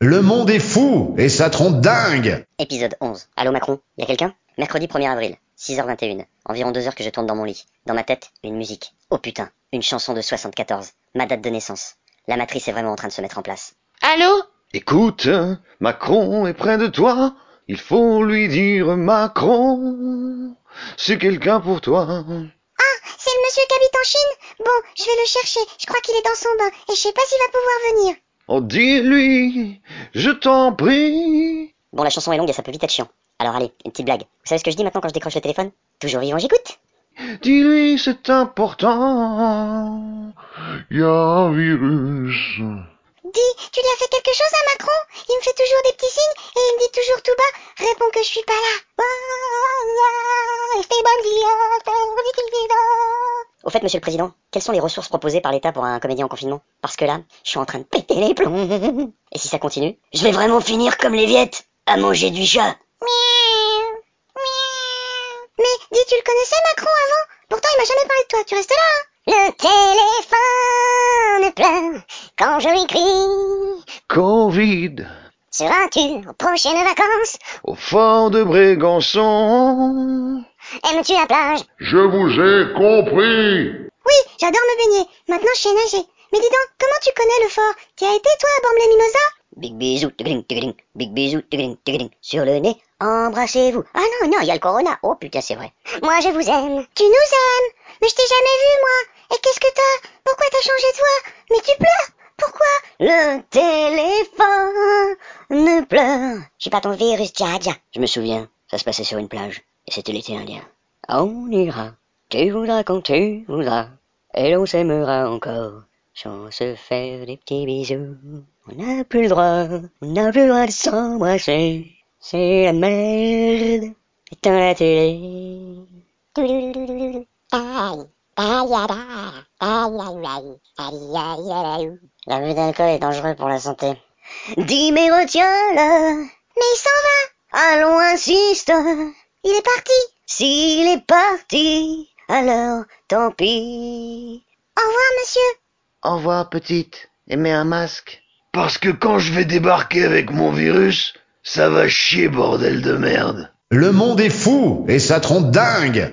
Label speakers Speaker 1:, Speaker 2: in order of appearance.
Speaker 1: Le monde est fou et ça trompe dingue
Speaker 2: Épisode 11. Allô Macron, y a quelqu'un Mercredi 1er avril, 6h21. Environ 2 heures que je tourne dans mon lit. Dans ma tête, une musique. Oh putain, une chanson de 74. Ma date de naissance. La matrice est vraiment en train de se mettre en place.
Speaker 3: Allô
Speaker 4: Écoute, Macron est près de toi. Il faut lui dire Macron, c'est quelqu'un pour toi.
Speaker 5: Ah, C'est le monsieur qui habite en Chine Bon, je vais le chercher. Je crois qu'il est dans son bain et je sais pas s'il va pouvoir venir.
Speaker 4: Oh, dis-lui, je t'en prie.
Speaker 2: Bon, la chanson est longue et ça peut vite être chiant. Alors allez, une petite blague. Vous savez ce que je dis maintenant quand je décroche le téléphone Toujours vivant, j'écoute
Speaker 4: Dis-lui, c'est important. Il y a un virus.
Speaker 5: Dis, tu lui as fait quelque chose à Macron Il me fait toujours des petits signes et il me dit toujours tout bas Réponds que je suis pas là. hein,
Speaker 2: Au fait, monsieur le président, quelles sont les ressources proposées par l'État pour un comédien en confinement Parce que là, je suis en train de péter les plombs. Et si ça continue, je vais vraiment finir comme les Viettes, à manger du chat.
Speaker 5: Miaou, miaou. Euh, Mais dis, tu le connaissais Macron avant Pourtant, il m'a jamais parlé de toi. Tu restes là hein
Speaker 2: Le téléphone pleure quand je lui crie.
Speaker 4: Covid,
Speaker 2: Seras-tu aux prochaines vacances
Speaker 4: au fort de Brégançon.
Speaker 2: Aimes-tu la plage
Speaker 6: Je vous ai compris.
Speaker 5: Oui, j'adore me baigner. Maintenant, je sais nager. Mais dis donc, comment tu connais le fort Tu as été, toi, à Bormes-les-Mimosas
Speaker 2: Big bisou, tigring, tigring, big bisou, tigring, tigring, sur le nez, embrassez-vous. Ah non, non, il y a le corona. Oh putain, c'est vrai. Moi, je vous aime.
Speaker 5: Tu nous aimes Mais je t'ai jamais vu, moi Et qu'est-ce que t'as Pourquoi t'as changé de voix Mais tu pleures Pourquoi
Speaker 2: Le téléphone ne pleure. Je suis pas ton virus, dja Je me souviens, ça se passait sur une plage, et c'était l'été indien. On ira, tu voudras quand tu voudras, et l'on s'aimera encore, sans se faire des petits bisous. On n'a plus le droit, on n'a plus le droit de s'embrasser. C'est la merde, éteins la télé. L'abus d'alcool est dangereux pour la santé. Dis mais retiens-le,
Speaker 5: Mais il s'en va
Speaker 2: allons insiste.
Speaker 5: Il est parti
Speaker 2: S'il est parti, alors tant pis.
Speaker 5: Au revoir, monsieur
Speaker 4: Au revoir, petite, et mets un masque. Parce que quand je vais débarquer avec mon virus, ça va chier, bordel de merde.
Speaker 1: Le monde est fou et ça trompe dingue